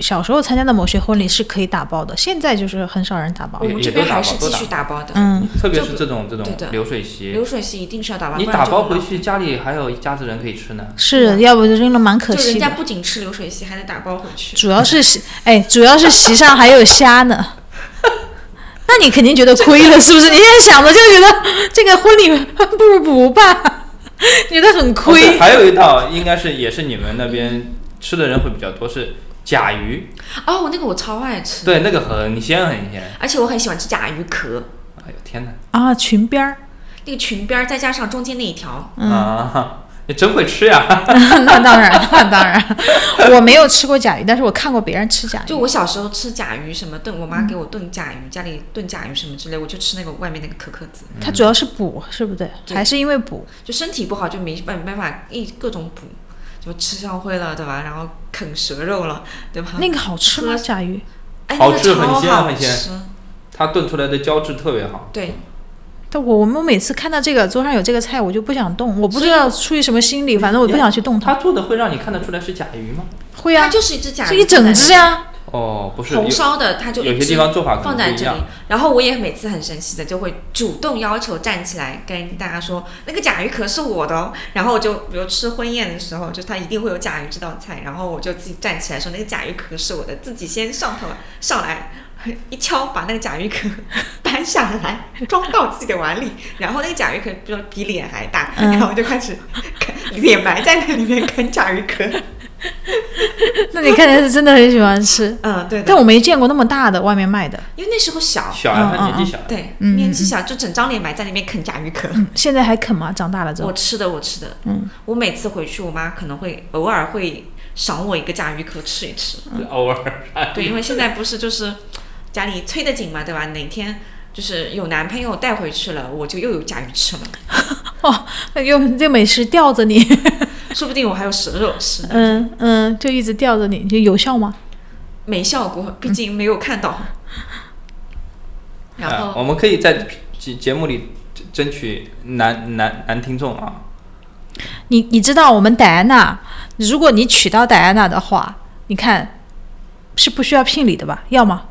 C: 小时候参加的某些婚礼是可以打包的，现在就是很少人打包
D: 我
B: 也。
D: 们这
B: 也都
D: 边
B: 打
D: 还
B: 包
D: 是
B: 都
D: 继
B: 打
D: 续打包的，
C: 嗯，
B: 特别
D: 就是不
B: 这种这种
D: 对的
B: 流水席
D: 流，水席一定是要打包，
B: 你
D: 不然
B: 打
D: 就
B: 包
D: 很麻
B: 回
D: 烦
B: 去，家里还有一家子人可以吃呢。
C: 是要不就扔了蛮可
D: 就人
C: 惜
D: 家
C: 的。
D: 不仅吃流水席，还得打包回去。
C: 主要是席，哎，主要是席上还有虾呢。 那你肯定觉得亏了，是不是？你现在想着就觉得这个婚礼不如不办，觉得很
B: 哦对
C: 亏。
B: 还有一道应该是也是你们那边吃的人会比较多，是甲鱼，
D: 哦，我那个我超爱吃，
B: 对，那个很鲜很鲜。
D: 而且我很喜欢吃甲鱼壳，
B: 哎呦天哪！
C: 啊，裙边儿，
D: 那个裙边儿再加上中间那一
B: 哎
D: 条，
B: 啊，你真会吃呀！
C: 那当然，那当然，我没有吃过甲鱼，但是我看过别人吃甲鱼。
D: 就我小时候吃甲鱼什么炖，我妈
B: 嗯
D: 给我炖甲鱼，家里炖甲鱼什么之类，我就吃那个外面那个壳壳子，
C: 嗯它主要是补，是不对？
D: 对
C: 还是因为补？
D: 就身体不好就没办办法一各种补，什么吃上灰了对吧？然后啃蛇肉了对吧？
C: 那个好吃吗？
D: 喝
C: 甲鱼？
D: 哎，
B: 好
D: 那个
B: 吃
D: 超
B: 很鲜
D: 好
B: 很鲜
D: 吃
B: 它炖出来的胶质特别好，
D: 对，
C: 但我我们每次看到这个桌上有这个菜，我就不想动。我不知道出于什么心理，反正我不想去动
B: 它
C: 它。
B: 做的会让你看得出来是甲鱼吗？
C: 会
D: 它
C: 啊，
D: 就是一只甲鱼，
C: 是一整只呀、啊。
B: 哦，不是，有
D: 红烧的，它就一
B: 有些
D: 只
B: 地方做法可
D: 放
B: 能
D: 在
B: 不一
D: 这里
B: 样。。
D: 然后我也每次很生气的，就会主动要求站起来跟大家说，那个甲鱼壳是我的哦。然后我就比如吃婚宴的时候，就它一定会有甲鱼这道菜，然后我就自己站起来说，那个甲鱼壳是我的，自己先上头上来。一敲把那个甲鱼壳搬下来，装到自己的碗里，然后那个甲鱼壳比比脸还大，
C: 嗯
D: 然后就开始啃脸埋在那里面啃甲鱼壳。
C: 那你看来是真的很喜欢吃，
D: 嗯，对 的
C: 但，我没见过那么大的外面卖的。
D: 因为那时候小，
B: 小呀，它
C: 嗯嗯
B: 年纪小呀，
D: 对，
C: 嗯
D: 年纪小就整张脸埋在那边啃甲鱼壳。
C: 嗯，现在还啃吗？长大了之后
D: 我，吃的，我吃的，
C: 嗯，
D: 我每次回去，我妈可能会偶尔会赏我一个甲鱼壳吃 一吃。
C: 嗯
B: 偶尔
D: 对，因为现在不是就是家里催得紧嘛，对吧？哪天就是有男朋友带回去了，我就又有甲鱼吃了，
C: 那用这美食吊着你，
D: 说不定我还有蛇肉吃，
C: 嗯 嗯，就一直吊着你，就有效吗？
D: 没效果，毕竟没有看到。 然
B: 啊，
D: 后
B: 我们可以在节节目里争争取男男男听众啊。
C: 你你知道我们戴安娜，如果你娶到戴安娜的话，你看是不需要聘礼的吧？要吗？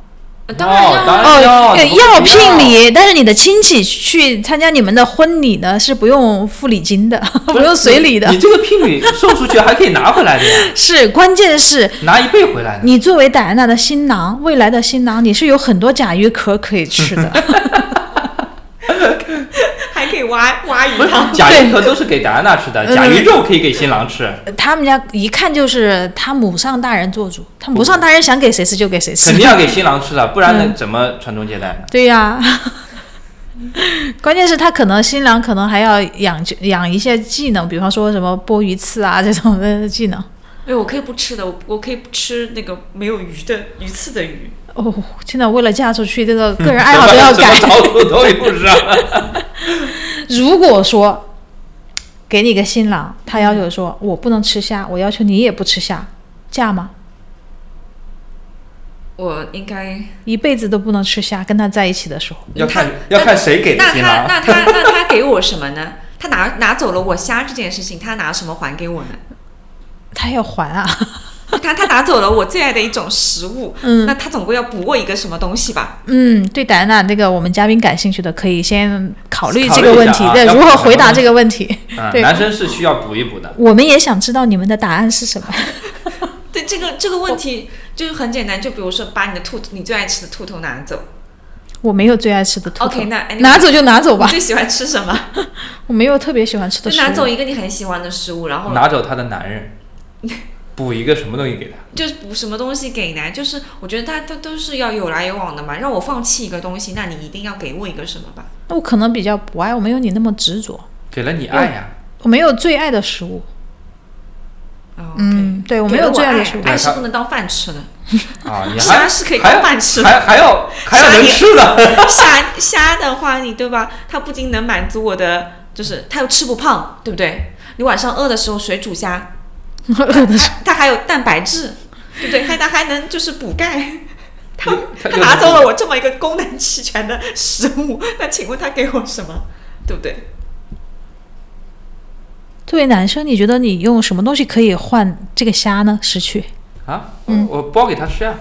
D: 呃当然
B: 哦当
D: 啦，
B: 然要
C: 哦，
B: 怎么会
C: 要
B: 不
C: 聘礼，但是你的亲戚去参加你们的婚礼呢，是不用付礼 金的，哦不用随礼的
B: 你。这个聘礼送出去还可以拿回来的呀，
C: 是，关键是
B: 拿一倍回来的。
C: 你作为戴安娜的新郎，未来的新郎，你是有很多甲鱼壳可以 吃的。
D: 还可 以挖挖鱼
B: 不是
D: 汤。
B: 甲鱼壳都是给戴安娜吃的，
C: 嗯
B: 甲鱼肉可以给新郎吃，
C: 他们家一看就是他母上大人做主，他母上大人想给谁吃就给谁吃
B: 肯。定要给新郎吃的，不然
C: 嗯
B: 那怎么传宗接代呢？
C: 对呀、关键是他可能新郎可能还要养养一些技能，比方说什么剥鱼刺啊这种的技能。
D: 哎，我可以不吃的，我我可以不吃那个没有鱼的鱼刺的鱼。
C: 哦，现在为了嫁出 去，这个个人爱好都要 改。
B: 怎么找土豆友 上，
C: 如果说给你个新郎，他要求说我不能吃虾，我要求你也不吃虾，嫁吗？
D: 我应该
C: 一辈子都不能吃虾，跟他在一起的时候，
B: 要看
D: 那
B: 要看谁给的
D: 那
B: 新
D: 他
B: 郎。啊
D: 那 他那他给我什么呢？他拿拿走了我虾这件事情，他拿什么还给我呢？
C: 他要还啊。
D: 他他拿走了我最爱的一种食物，
C: 嗯
D: 那他总归要补我一个什么东西吧？
C: 嗯，对戴安娜这个我们嘉宾感兴趣的，可以先考虑这个
B: 考虑一
C: 问
B: 下
C: 题，
B: 啊
C: 对，
B: 要
C: 如
B: 不
C: 何
B: 然
C: 回
B: 我
C: 答
B: 们
C: 这个问题？
B: 啊
C: 对
B: 男生是需要补一补的。
C: 我们也想知道你们的答案是什么。
D: 对这个这个问题就是很简单，就比如说把你的兔你最爱吃的兔头拿走
C: 我没有最爱吃的兔头
D: o k 那 anyway，
C: 拿走就拿走
D: 你
C: 吧，
D: 最喜欢吃什么？
C: 我没有特别喜欢吃
D: 就
C: 的食
D: 拿走
C: 物。
D: 一个你很喜欢的食物，然后
B: 拿走他的男 人，补一个什么东西给他？
D: 就是补什么东西给呢？就是我觉得他他都是要有来有往的嘛。让我放弃一个东西，那你一定要给我一个什么吧？
C: 那我可能比较不爱，我没有你那么执着，
B: 给了你爱呀、
C: 我没有最爱的食物。
D: 哦，
C: 嗯，对我没有
D: 给
C: 最
D: 了
C: 爱
D: 爱
C: 的食物。
D: 爱
B: 对
D: 是
B: 他
D: 不能当饭吃的，
B: 啊！你
D: 虾
B: 还
D: 是可以
B: 还
D: 当饭吃的。
B: 还还要还要能吃的，
D: 虾虾的话，你对吧？它不仅能满足我的，就是它又吃不胖，对不对？你晚上饿的时候水煮虾， 它它还有蛋白质，对不对？还它还能就是补钙。它
B: 它
D: 它
B: 就是
D: 拿走了我这么一个功能齐全的食物，那请问它给我什么？对不对？
C: 作为男生，你觉得你用什么东西可以换这个虾呢？失 去？
B: 啊！
D: 嗯
B: 我我剥给他吃啊。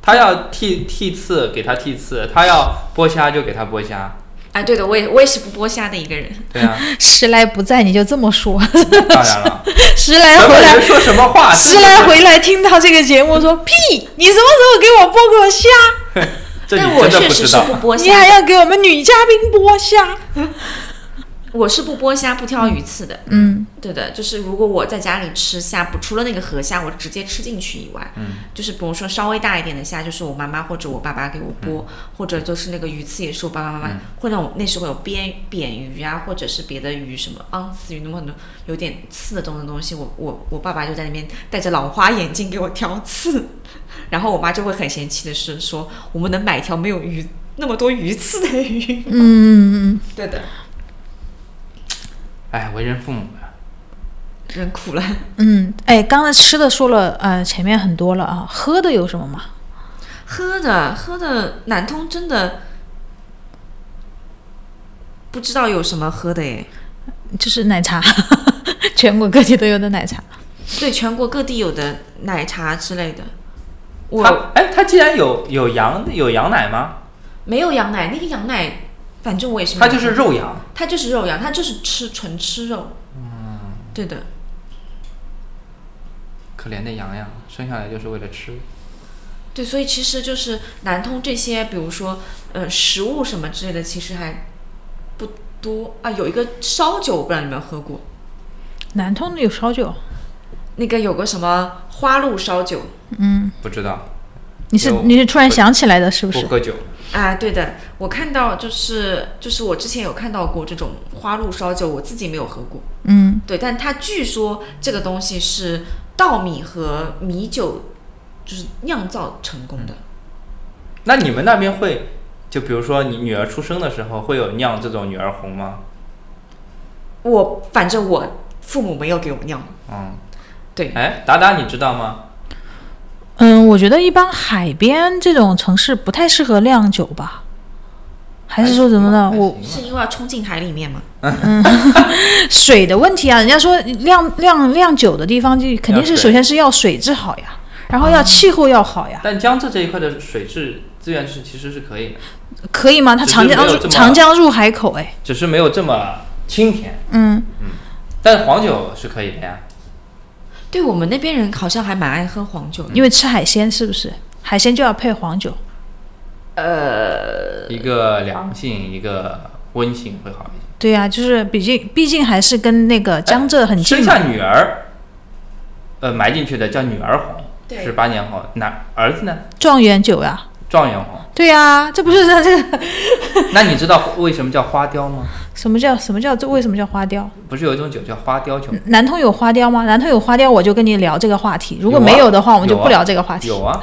B: 他要剃剃刺，给他剃刺；他要剥虾，就给他剥虾。
D: 哎，对的，我也我也是不剥虾的一个人。
B: 对 啊，
C: 时来不在，你就这么 说。
B: 当然了，
C: 时来
B: 咱
C: 回
B: 们
C: 来
B: 人，说什么话？
C: 时来回来，听到这个节目说屁，你什么时候给我剥过虾？
B: 这
D: 但
B: 你
D: 我
B: 真的
D: 确
B: 不
D: 实
B: 知
D: 是
B: 道
D: 不。啊剥
C: 你还
D: 虾，
C: 要给我们女嘉宾剥虾？
D: 我是不剥虾不挑鱼刺的。
C: 嗯，
D: 对的，就是如果我在家里吃虾，不除了那个河虾，我直接吃进去以外，
B: 嗯，
D: 就是比如说稍微大一点的虾，就是我妈妈或者我爸爸给我剥，或者就是那个鱼刺也是我爸爸妈妈，
B: 嗯
D: 或者我那时候有扁扁鱼啊，或者是别的鱼什么昂刺鱼，那么很多有点刺的东西东西，我我我爸爸就在那边戴着老花眼镜给我挑刺， 然后我妈就会很嫌弃的是说，我们能买一条没有鱼那么多鱼刺的鱼？ 嗯，对的，
B: 哎，为人父母呀，
D: 人苦了。
C: 嗯，哎，刚才吃的说了，呃，前面很多了啊，喝的有什么吗？
D: 喝的喝的，南通真的不知道有什么喝的耶。
C: 就是奶茶， 全国各地都有的奶茶。
D: 对，全国各地有的奶茶之类的，我
B: 他哎，他既然有有羊有羊奶吗？
D: 没有羊奶，那个羊奶，反正我也是没
B: 他
D: 有喝。
B: 就是肉羊，
D: 它就是肉羊，它就是吃纯吃肉。嗯，对的。
B: 可怜的羊呀，生下来就是为了吃。
D: 对，所以其实就是南通这些，比如说呃食物什么之类的，其实还不多啊。有一个烧酒，我不知道你有没有喝过，
C: 南通有烧酒，
D: 那个有个什么花露烧酒，
B: 不知道，
C: 你是
B: 有
C: 你是突然想起来的，是不
B: 不
C: 是？
B: 喝酒。
D: 啊，对的，我看到就是就是我之前有看到过这种花露烧酒，我自己没有喝过。
C: 嗯，
D: 对，但它据说这个东西是稻米和米酒就是酿造成功的。
B: 那你们那边会，就比如说你女儿出生的时候，会有酿这种女儿红吗？
D: 我反正我父母没有给我酿，
B: 嗯，
D: 对，
B: 哎，达达，你知道吗？
C: 嗯，我觉得一般海边这种城市不太适合酿酒吧，还是说怎么呢？
B: 还
C: 我
D: 是因为要冲进海里面嘛。
C: 水的问题啊，人家说酿酿酿酒的地方就肯定是
B: 要水嗯
C: 首先是要水质好呀，然后要气候要好呀，
B: 但江浙这一块的水质资源是其实是可以的，
C: 可以吗？它
B: 只是
C: 长
B: 没
C: 江
B: 有
C: 入
B: 这么
C: 长江入海口，哎，
B: 只是没有这么清甜。
C: 嗯，
B: 但黄酒是可以的呀。
D: 对我们那边人好像还蛮爱喝黄酒的，
B: 嗯
C: 因为吃海鲜是不是？海鲜就要配黄酒，呃
B: 一个凉性，一个温性会好一些。
C: 对呀、就是毕竟毕竟还是跟那个江浙很
B: 生
C: 近嘛。
B: 下女儿，呃，埋进去的叫女儿红，
D: 对
B: 是八年后。男儿子呢？
C: 状元酒呀、
B: 状元黄。
C: 对呀、这不是 它这个
B: 那你知道为什么叫花雕吗？
C: 什么叫什么叫这为什么叫花雕？
B: 不是有一种酒叫花雕酒？
C: 南通有花雕吗？南通有花雕，我就跟你聊这个话题。如果
B: 有啊
C: 没有的话，我们就
B: 有啊
C: 不聊这个话题。
B: 有啊，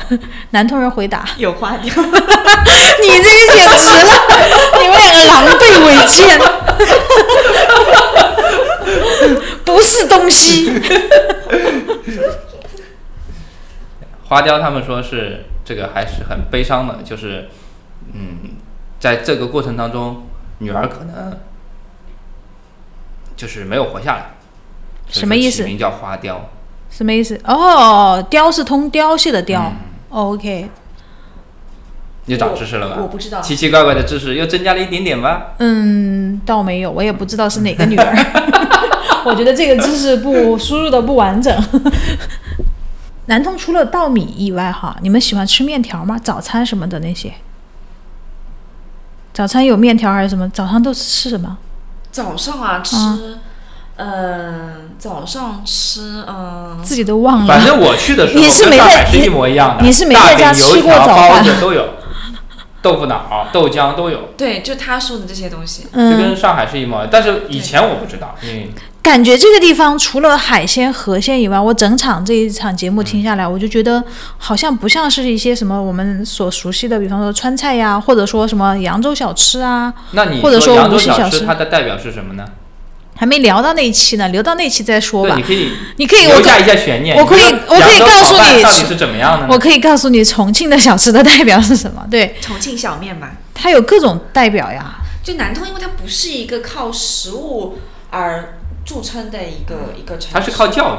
C: 南通人回答
D: 有花雕，：“
C: 你这个简直了， 你们两个狼狈为奸， 不是东西。
B: 花雕他们说是这个还是很悲伤的，就是嗯，在这个过程当中，女儿可能就是没有活下来。所以
C: 什么
B: 说
C: 意
B: 起
C: 思
B: 名叫花雕。”
C: 什么意思？哦，雕是通雕戏的
B: 嗯
C: 雕。OK，哦
B: 你长知识了吧？
D: 我我不知道
B: 奇奇怪怪的知识又增加了一点点吧。
C: 嗯，倒没有，我也不知道是哪个女儿。 我觉得这个知识不输入的不完整。 南通除了稻米以外，哈，你们喜欢吃面条吗？早餐什么的那些？早餐有面条还是什么？早上都吃什么？
D: 早上啊吃，呃，早上吃，嗯、
C: 自己都忘
B: 反
C: 了。
B: 正我去的时候
C: 你是没
B: 跟上
C: 在
B: 海是一模一样的，
C: 你你是没在家
B: 大饼油
C: 吃过
B: 条
C: 早饭
B: 包子都有，豆腐脑、豆浆都有，
D: 对，就他说的这些东西。
B: 就
C: 嗯，
B: 跟上海是一模一样。但是以前我不知道，因为
C: 感觉这个地方除了海鲜、河鲜以外，我整场这一场节目听下来，我就觉得好像不像是一些什么我们所熟悉的，比方说川菜呀，或者说什么扬州小吃啊，
B: 那你
C: 或者说
B: 扬州
C: 无锡小
B: 吃
C: 吃
B: 它的代表是什么呢？
C: 还没聊到那一期呢，留到那期再说
B: 对，
C: 吧
B: 你。可以
C: 你可以， 我
B: 留下
C: 可
B: 一下悬念。
C: 我可以
B: 你说
C: 我可以
B: 扬州
C: 告诉
B: 炒饭
C: 你
B: 到底是怎么样的
C: 我
B: 呢？
C: 可以告诉你，重庆的小吃的代表是什么？对，
D: 重庆小面吧，
C: 它有各种代表呀。
D: 就南通，因为它不是一个靠食物而著称的一个一个城市，
B: 嗯它是靠教育，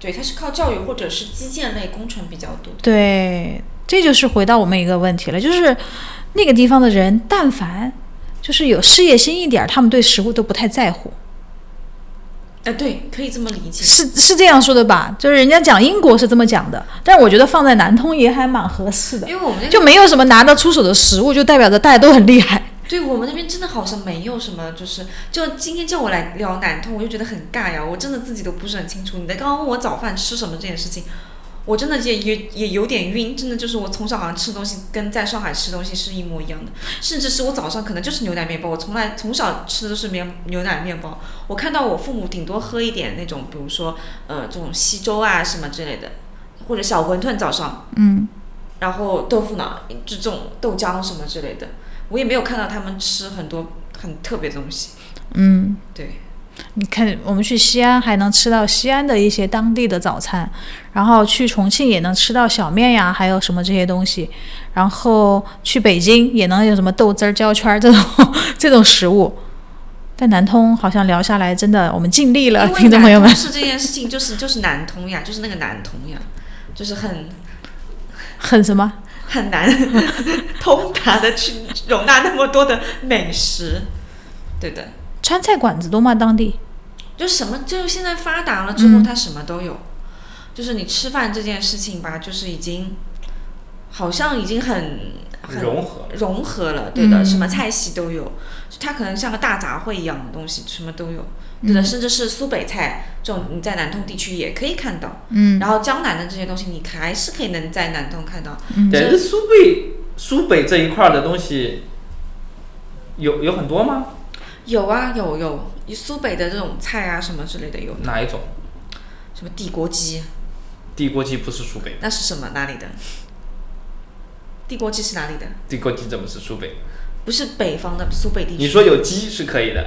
D: 对，它是靠教育或者是基建类工程比较多的。
C: 对，这就是回到我们一个问题了，就是那个地方的人，但凡就是有事业心一点儿，他们对食物都不太在乎，
D: 哎、对，可以这么理解。
C: 是是这样说的吧？就是人家讲英国是这么讲的，但是我觉得放在南通也还蛮合适的
D: 因，为我们那边
C: 就没有什么拿得出手的食物，就代表着大家都很厉害。
D: 对我们那边真的好像没有什么，就是就今天叫我来聊南通，我就觉得很尬呀，我真的自己都不是很清楚。你在刚刚问我早饭吃什么这件事情，我真的也也也有点晕，真的就是我从小好像吃东西跟在上海吃东西是一模一样的，甚至是我早上可能就是牛奶面包，我从来从小吃的都是面牛奶面包。我看到我父母顶多喝一点那种，比如说呃这种稀粥啊什么之类的，或者小馄饨早上，
C: 嗯，
D: 然后豆腐脑就这种豆浆什么之类的，我也没有看到他们吃很多很特别的东西。
C: 嗯，
D: 对，
C: 你看，我们去西安还能吃到西安的一些当地的早餐，然后去重庆也能吃到小面呀，还有什么这些东西，然后去北京也能有什么豆汁儿、焦圈儿这 种这种食物。但南通好像聊下来，真的我们尽力了，
D: 因为
C: 听众朋友们
D: 南，通是这件事情，就是就是南通呀，就是那个南通呀，就是很
C: 很什么？
D: 很难 通达的去容纳那么多的美食。对的，
C: 川菜馆子多吗？当地？
D: 就什么就现在发达了之后，
C: 嗯
D: 它什么都有。就是你吃饭这件事情吧，就是已经好像已经很很
B: 融合。
D: 融合了，对的，
C: 嗯
D: 什么菜系都有，就它可能像个大杂烩一样的东西，什么都有，
C: 嗯
D: 对的，甚至是苏北菜这种，你在南通地区也可以看到，
C: 嗯
D: 然后江南的这些东西，你还是可以能在南通看到，
C: 嗯
B: 对，这苏北苏北这一块儿的东西有有很多吗？
D: 有啊，有有苏北的这种菜啊，什么之类的有，
B: 哪一种？
D: 什么地锅鸡，
B: 地锅鸡不是苏北的，
D: 那是什么哪里的？地锅鸡是哪里的？
B: 地锅鸡怎么是苏北的？
D: 不是北方的苏北地区。
B: 你说，有鸡是可以的，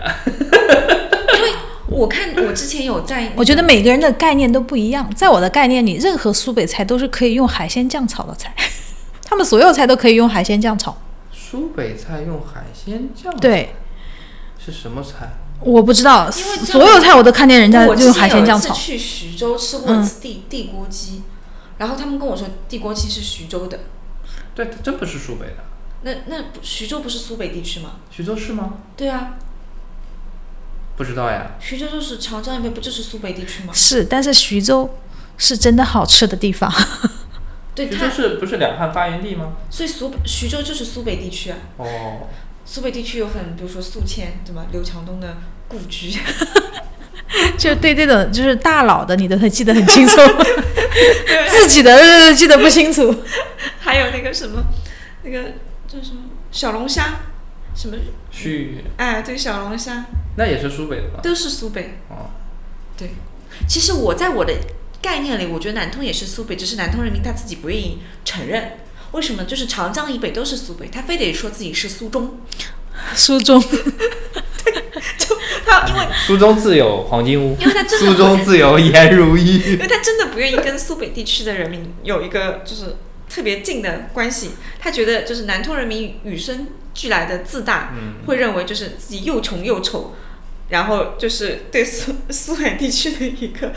D: 我看我之前有在那个，
C: 我觉得每个人的概念都不一样。在我的概念里，任何苏北菜都是可以用海鲜酱炒的菜， 他们所有菜都可以用海鲜酱炒。
B: 苏北菜用海鲜酱
C: 对，
B: 是什么菜？
C: 我不知道，
D: 因为这样
C: 所有菜我都看见人家
D: 我之
C: 用
D: 前
C: 海鲜酱
D: 有一
C: 炒嗯
D: 次。去徐州吃过一次地、地锅鸡，然后他们跟我说地锅鸡是徐州的，
B: 对，它真不是苏北的，
D: 那那不徐州不是苏北地区吗？
B: 徐州是吗？
D: 对啊，
B: 不知道呀，
D: 徐州就是长江以北，不就是苏北地区吗？
C: 是，但是徐州是真的好吃的地 方。
D: 对，
B: 徐州
D: 它
B: 是不是两汉发源地吗？
D: 所以苏徐州就是苏北地区啊，
B: 哦，
D: 苏北地区有很比如说宿迁对吧？刘强东的故居，
C: 就对这种就是大 佬的，你都会记得很清楚，自己的记得不清楚。
D: 还还有那个什么，那个叫什么小龙虾，什么
B: 去
D: 哎，对，小龙虾
B: 那也是苏北的吧？
D: 都是苏北。
B: 哦，
D: 对，其实我在我的概念里，我觉得南通也是苏北，只是南通人民他自己不愿意承认。为什么？就是长江以北都是苏北，他非得说自己是 苏中。
C: 书中
D: 他因为
B: 苏州自有黄金屋，
D: 因为他真的
B: 苏州自有颜如玉
D: 因。为他真的不愿意跟苏北地区的人民有一个就是特别近的关系，他觉得就是南通人民与生俱来的自大，
B: 嗯，
D: 会认为就是自己又穷又丑，然后就是对苏苏北地区的一个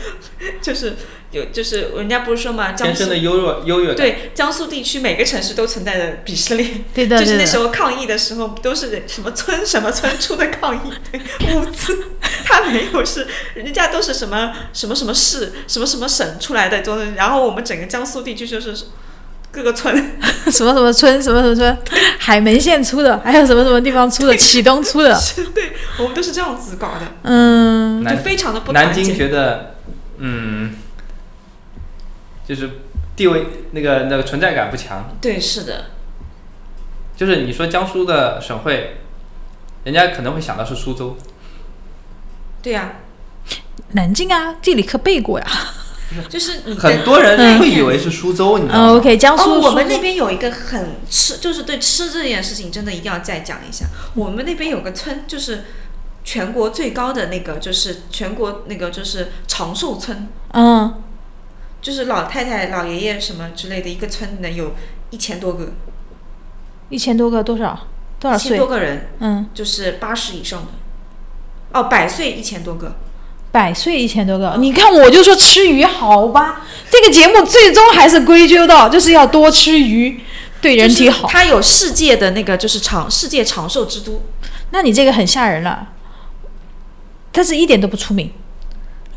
D: 就是有就是人家不是说嘛，江
B: 天
D: 苏
B: 生的优越优越感。
D: 对江苏地区每个城市都存在着鄙视链，
C: 对的，
D: 就是
C: 对
D: 那时
C: 的，
D: 候抗议的时候都是什么村什么村出的抗 议，对物资，他没有是人家都是什么什么什么市什么什么省出来的，就是然后我们整个江苏地区就是各个村，
C: 什么什么村，什么什么村，海门县出的，还有什么什么地方出 的，启东出的，
D: 对我们都是这样子搞的，
C: 嗯，
D: 就
B: 南
D: 非常的不
B: 南
D: 团结。
B: 京觉得，嗯，就是地位那个那个存在感不强。
D: 对，是的，
B: 就是你说江苏的省会，人家可能会想到是苏州，
D: 对呀、
C: 南京啊，地理课背过呀。
D: 就是你
B: 很
D: 跟
B: 多人
C: 嗯
B: 会以为是苏州，你知
C: 嗯
B: 道吗？
C: ，OK，江苏
D: 哦，我们
C: 苏
D: 那边有一个很吃，就是对吃这件事情真的一定要再讲一下。我们那边有个村，就是全国最高的那个，就是全国那个就是长寿村，
C: 嗯，
D: 就是老太太、老爷爷什么之类的一个村能有一千多个，
C: 一千多个多少多少
D: 一千
C: 岁
D: 多？个人，
C: 嗯，
D: 就是八十以上的，哦，百岁一千多个。
C: 百岁一千多
D: 啊
C: 个。你看，我就说吃鱼好吧，这个节目最终还是归咎到就是要多吃鱼，对人体好。
D: 就是它有世界的那个，就是长世界长寿之都，
C: 那你这个很吓人了，但是一点都不出名。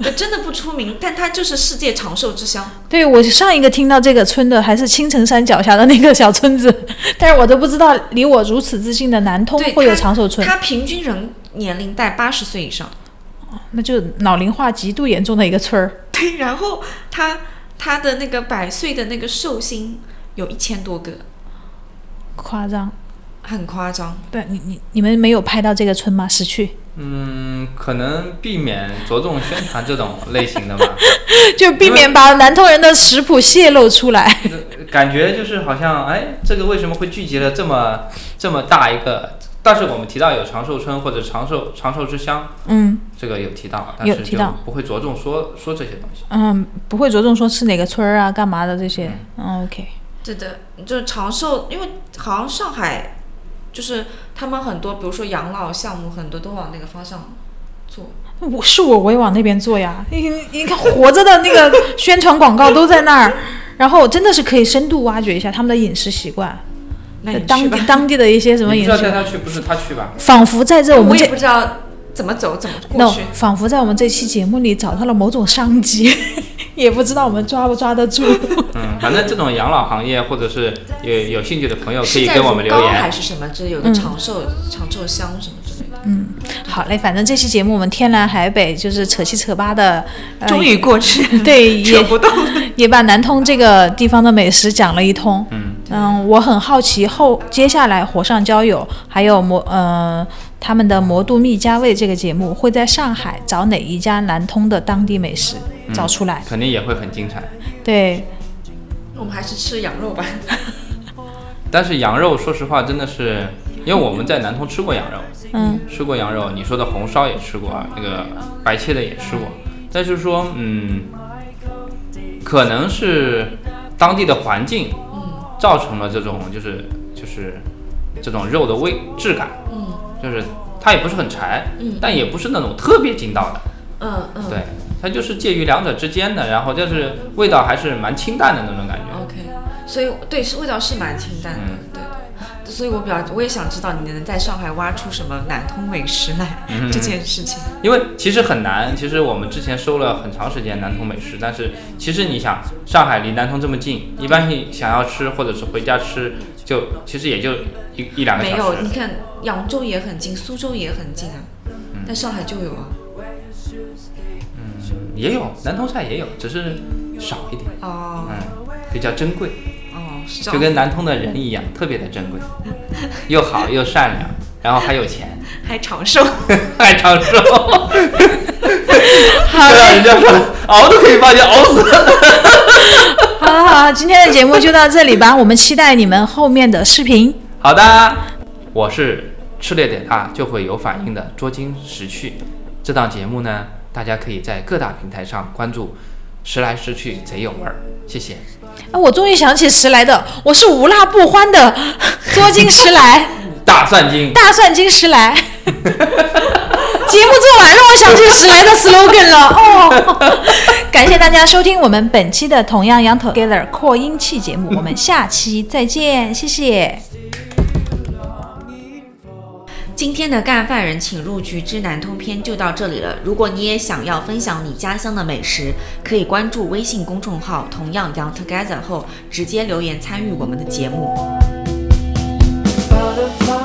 D: 对真的不出名，但它就是世界长寿之乡。
C: 对我上一个听到这个村的还是青城山脚下的那个小村子， 但是我都不知道离我如此之近的南通
D: 对
C: 会有
D: 它
C: 长寿村，
D: 它平均人年龄在八十岁以上。
C: 那就老龄化极度严重的一个村儿。
D: 对，然后它它的那个百岁的那个寿星有一千多个，
C: 夸张，
D: 很夸张。
C: 对你你你们没有拍到这个村吗？死去。
B: 嗯，可能避免着重宣传这种类型的吧。
C: 就避免把南通人的食谱泄露出来。
B: 感觉就是好像，哎，这个为什么会聚集了这么这么大一个？但是我们提到有长寿村或者长寿长寿之乡，
C: 嗯
B: 这个有提到，但
C: 有
B: 是
C: 提
B: 就
C: 到
B: 不会着重说说这些东西。
C: 嗯，不会着重说是哪个村儿啊、干嘛的这些。嗯，OK，
D: 对的，就是长寿，因为好像上海就是他们很多，比如说养老项目，很多都往那个方向做。
C: 我是我，我也往那边做呀。你你看，活着的那个宣传广告都在那儿，然后真的是可以深度挖掘一下他们的饮食习惯，
D: 那你
C: 呃当
D: 去
C: 地
D: 吧
C: 当地的一些什么
B: 你
C: 饮
B: 不知道带
C: 食习惯，
B: 他去不是他去吧？
C: 仿佛在这
D: 我
C: 我们
D: 也
C: 这
D: 不知道怎么走，怎么过
C: no，
D: 去。
C: 仿佛在我们这期节目里找到了某种商机， 也不知道我们抓不抓得住。
B: 嗯，反正这种养老行业或者是有有兴趣的朋友可
D: 是
B: 以
D: 在
B: 给我们
D: 如皋
B: 留
D: 还
B: 言。
D: 是什么？这
C: 嗯
D: 有个长寿、长寿乡什么之类的。
C: 好嘞，反正这期节目我们天南海北就是扯七扯八的，呃
D: 于过去，
C: 对，也
D: 不动。
C: 也把南通这个地方的美食讲了一通。
B: 嗯
C: 我很好奇后接下来火上浇油，还有魔呃他们的魔都蜜家味这个节目会在上海找哪一家南通的当地美食
D: 嗯
C: 找出来？
B: 肯定也会很精彩。
C: 对，
D: 我们还是吃羊肉吧。
B: 但是羊肉，说实话，真的是，因为我们在南通吃过羊肉，
C: 嗯，
B: 吃过羊肉，你说的红烧也吃过，啊那个白切的也吃过，但是说，嗯，可能是当地的环境
D: 嗯
B: 造成了这种就是就是这种肉的味质感，
D: 嗯
B: 就是它也不是很柴，
D: 嗯
B: 但也不是那种特别劲道的，
D: 嗯嗯。
B: 对，它就是介于两者之间的，然后但是味道还是蛮清淡的那种感觉，
D: OK，所以对是味道是蛮清淡
B: 嗯
D: 的，对的。所以我比较我也想知道你能在上海挖出什么南通美食来、
B: 嗯
D: 这件事情。
B: 因为其实很难，其实我们之前收了很长时间南通美食，但是其实你想，上海离南通这么近，一般你想要吃或者是回家吃，就其实也就一一两个
D: 没
B: 小
D: 有，
B: 时
D: 你。看扬州也很近，苏州也很近啊，
B: 嗯
D: 但上海就有啊。
B: 也有南通菜也有，只是少一点，
D: 哦
B: 嗯，比较珍贵。
D: 哦，是这
B: 就
D: 样
B: 跟南通的人一样，特别的珍贵，又好又善良，然后还有钱，
D: 还长寿。
B: 还长寿。 对啊，人家说熬都可以把你熬死。
C: 好了好了，今天的节目就到这里吧，我们期待你们后面的视频。
B: 好的，我是吃了点辣就会有反应的捉襟识趣。这档节目呢，大家可以在各大平台上关注，时来时去贼有味儿。谢谢。
C: 啊，我终于想起时来的，我是无辣不欢的 捉襟时来，
B: 大蒜精，
C: 大蒜金时来。 节目做完让我想起时来的 slogan 了哦。 感谢大家收听我们本期的《同样 Young Together》扩音器节目，我们下期再见，谢谢。
D: 今天的干饭人请入局之南通篇就到这里了。如果你也想要分享你家乡的美食，可以关注微信公众号“同样 Young Together” 后，直接留言参与我们的节目。
E: Butterfly